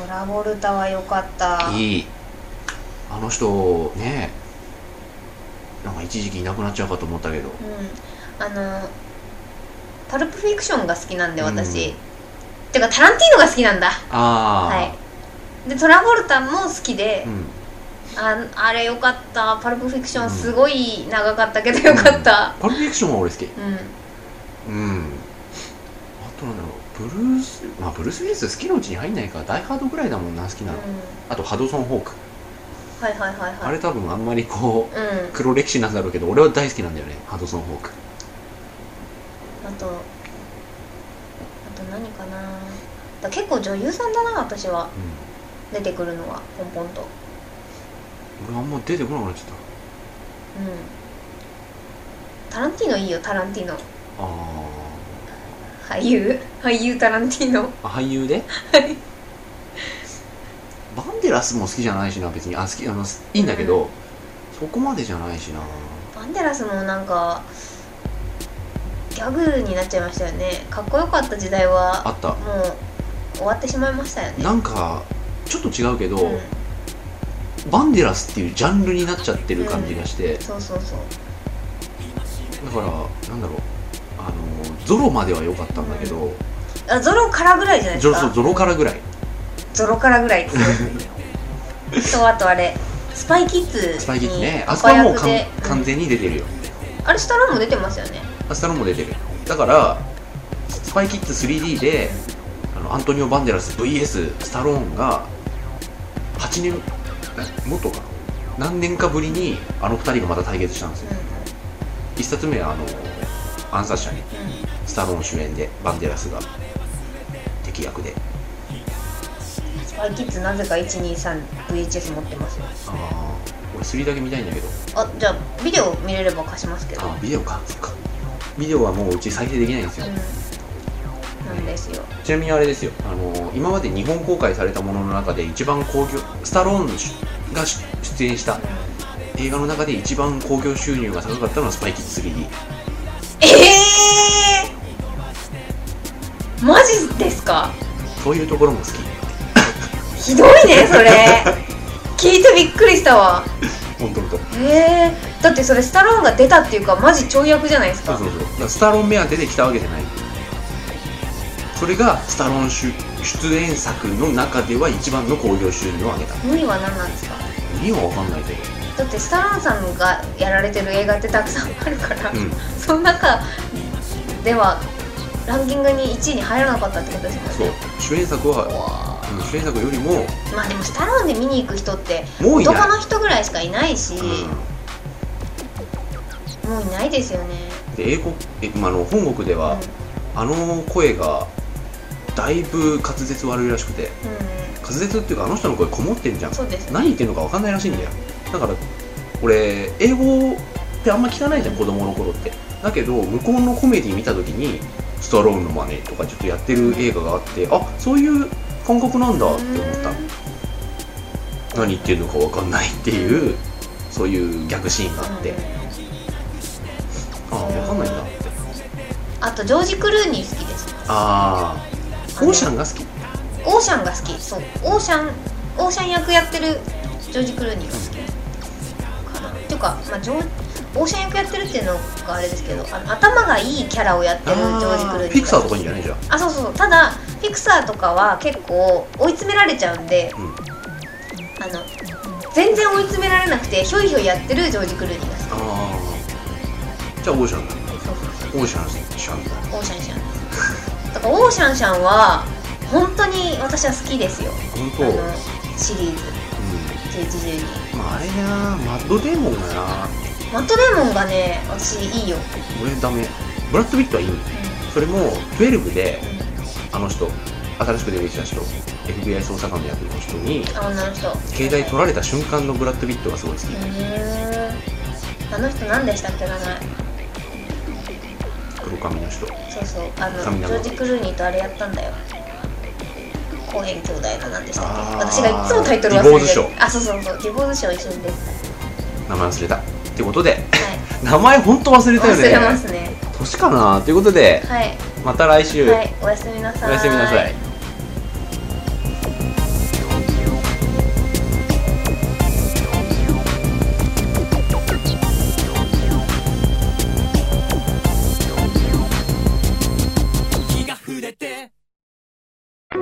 S2: トラボルタは良かった
S1: いいあの人ねえなんか一時期いなくなっちゃうかと思ったけど
S2: うん、あのパルプフィクションが好きなんで
S1: うん
S2: 私、てかタランティーノが好きなんだ
S1: ああ
S2: はいでトラボルタも好きで
S1: う、ん、
S2: ああれよかったパルプフィクショ
S1: う
S2: ン
S1: ん
S2: すごい長かったけどよかった
S1: パルプフィクションは俺好き
S2: うん、
S1: うんあとなんだろうブルースまあブルース・ウィリス好きのうちに入んないからダイ・ハードぐらいだもんな好きなの、
S2: うん
S1: あとハドソン・ホーク
S2: はいはいはい
S1: あ
S2: はい
S1: れ多分あんまりこう
S2: うん
S1: 黒歴史なんだろうけど俺は大好きなんだよねハドソン・ホーク
S2: あとあと何かなだ結構女優さんだな私は
S1: う
S2: 出てくるのはポンポンと
S1: ん俺あんま出てこなくなっちゃった
S2: うんタランティーノいいよタランティーノ
S1: あ
S2: 俳優俳優タランティーノ
S1: ーあ俳優でバンデラスも好きじゃないしな別にあ好きあのいいんだけど、そこまでじゃないしな
S2: バンデラスもなんかギャグになっちゃいましたよねかっこよかった時代
S1: あ
S2: は
S1: った
S2: もう終わってしまいましたよね
S1: なんかちょっと違うけど、
S2: うん、
S1: バンデラスっていうジャンルになっちゃってる感じがして、
S2: そうそうそう
S1: だからなんだろうあのゾロまでは良かったんだけど、
S2: あゾロからぐらいじゃないで
S1: ゾロ
S2: すか
S1: そうゾロからぐらい
S2: ゾロからぐらい ですよとあとあれスパイキッズに
S1: スパイキッズねあそこはもう
S2: 子
S1: か
S2: 役
S1: ん
S2: で
S1: 完全に出てるよ
S2: あれスタローンも出てますよね
S1: アスタロも出てるだからスパイキッズ 3D であのアントニオ・バンデラス VS スタローンが8年えもっとかな何年かぶりにあの2人がまた対決したんですよ1冊目はあの暗殺者ねスタローン主演でバンデラスが敵役で
S2: スパイキッズなぜか 123VHS 持ってますよ
S1: ああ俺3だけ見たいんだけど
S2: あじゃあビデオ見れれば貸しますけど
S1: あビデオかそっかビデオはもううち再生できないんですよ
S2: うんなんですよ
S1: ちなみにあれですよあの今まで日本公開されたものの中で一番興行スタローンが出出演した映画の中で一番興行収入が高かったのはスパイキッズ 3D
S2: ええー、マジですか
S1: そういうところも好き
S2: ひどいねそれ 聞いてびっくりしたわ
S1: 本当本当
S2: えー、だってそれスタローンが出たっていうかマジちょい役じゃないです
S1: そう
S2: か
S1: そうそうだからスタローン目当てで来たわけじゃないそれがスタローン主出演作の中では一番の興行収入を上げた
S2: 無理は何なんですか
S1: 意味は分かんないけど
S2: だってスタローンさんがやられてる映画ってたくさんあるから、
S1: うん
S2: その中ではランキングに1位に入らなかったってことですもんね
S1: そう主演作は
S2: うわ
S1: うん主演作よりも
S2: ーまあでもスタローンで見に行く人って
S1: もういない
S2: 男の人ぐらいしかいないし、
S1: う
S2: もういないですよね、
S1: んで英国え、まあ、あの本国で
S2: うん
S1: は、あの声がだいぶ滑舌悪いらしくて
S2: う
S1: 滑舌っていうかあの人の声こもってんじゃん
S2: ん、そうです
S1: 何言ってんのか分かんないらしいんだよだから俺英語ってあんま聞かないじゃん子供の頃ってだけど向こうのコメディ見た時にストローンのマネーとかちょっとやってる映画があってあそういう感覚なんだって思った
S2: うん
S1: 何言ってんのか分かんないっていうそういう逆シーンがあってあ分かんないんだって
S2: あとジョージ・クルーニー好きです
S1: ああオーシャンが好き
S2: オーシャンが好きそうオーシャンオーシャン役やってるジョージ・クルーニーが好きかなっていうか、まあ、ジョーオーシャン役やってるっていうのがあれですけどあの頭がいいキャラをやってるジョージ・クルーニーが
S1: あーピクサーとかいいんじゃないじゃん
S2: あそうそうそうただピクサーとかは結構追い詰められちゃうんで、
S1: うん
S2: あの全然追い詰められなくてひょいひょいやってるジョージ・クルーニーが好き
S1: ああじゃあオーシャンだ
S2: そうそうそう
S1: オーシャンシャンだ
S2: オーシャンシャンですだからオーシャンシャンは本当に私は好きですよ
S1: 本
S2: あ
S1: 当、
S2: の
S1: うん、
S2: シリーズ1112
S1: まああれなマッドデーモンがな
S2: マットデーモンがね私いいよ、
S1: 俺ダメブラッド・ピットはいいそれも12であの人新しく出てきた人 FBI 捜査官でやってる人に
S2: あ女の人う
S1: 携帯取られた瞬間のブラッド・ピットがすごい好き
S2: ーんあの人何でしたっけ名前
S1: 黒髪の人
S2: そうそうあの
S1: 神
S2: ジ
S1: 田
S2: ョージ・クルーニーとあれやったんだよコーヘン兄弟の何でしたっ
S1: あ
S2: け
S1: ー
S2: 私がいつもタイトル忘
S1: ディボ
S2: れ
S1: ーズ
S2: て
S1: シ
S2: る
S1: ョー
S2: あそうそうそうディボーズショー一緒に出て
S1: 名前忘れたってことで
S2: た は
S1: 名
S2: い
S1: 前ほんと忘れたよ
S2: 忘
S1: ね
S2: れますね
S1: 年かなということで
S2: はい
S1: また来週、
S2: はいおやすみなさ
S1: おやすみなさい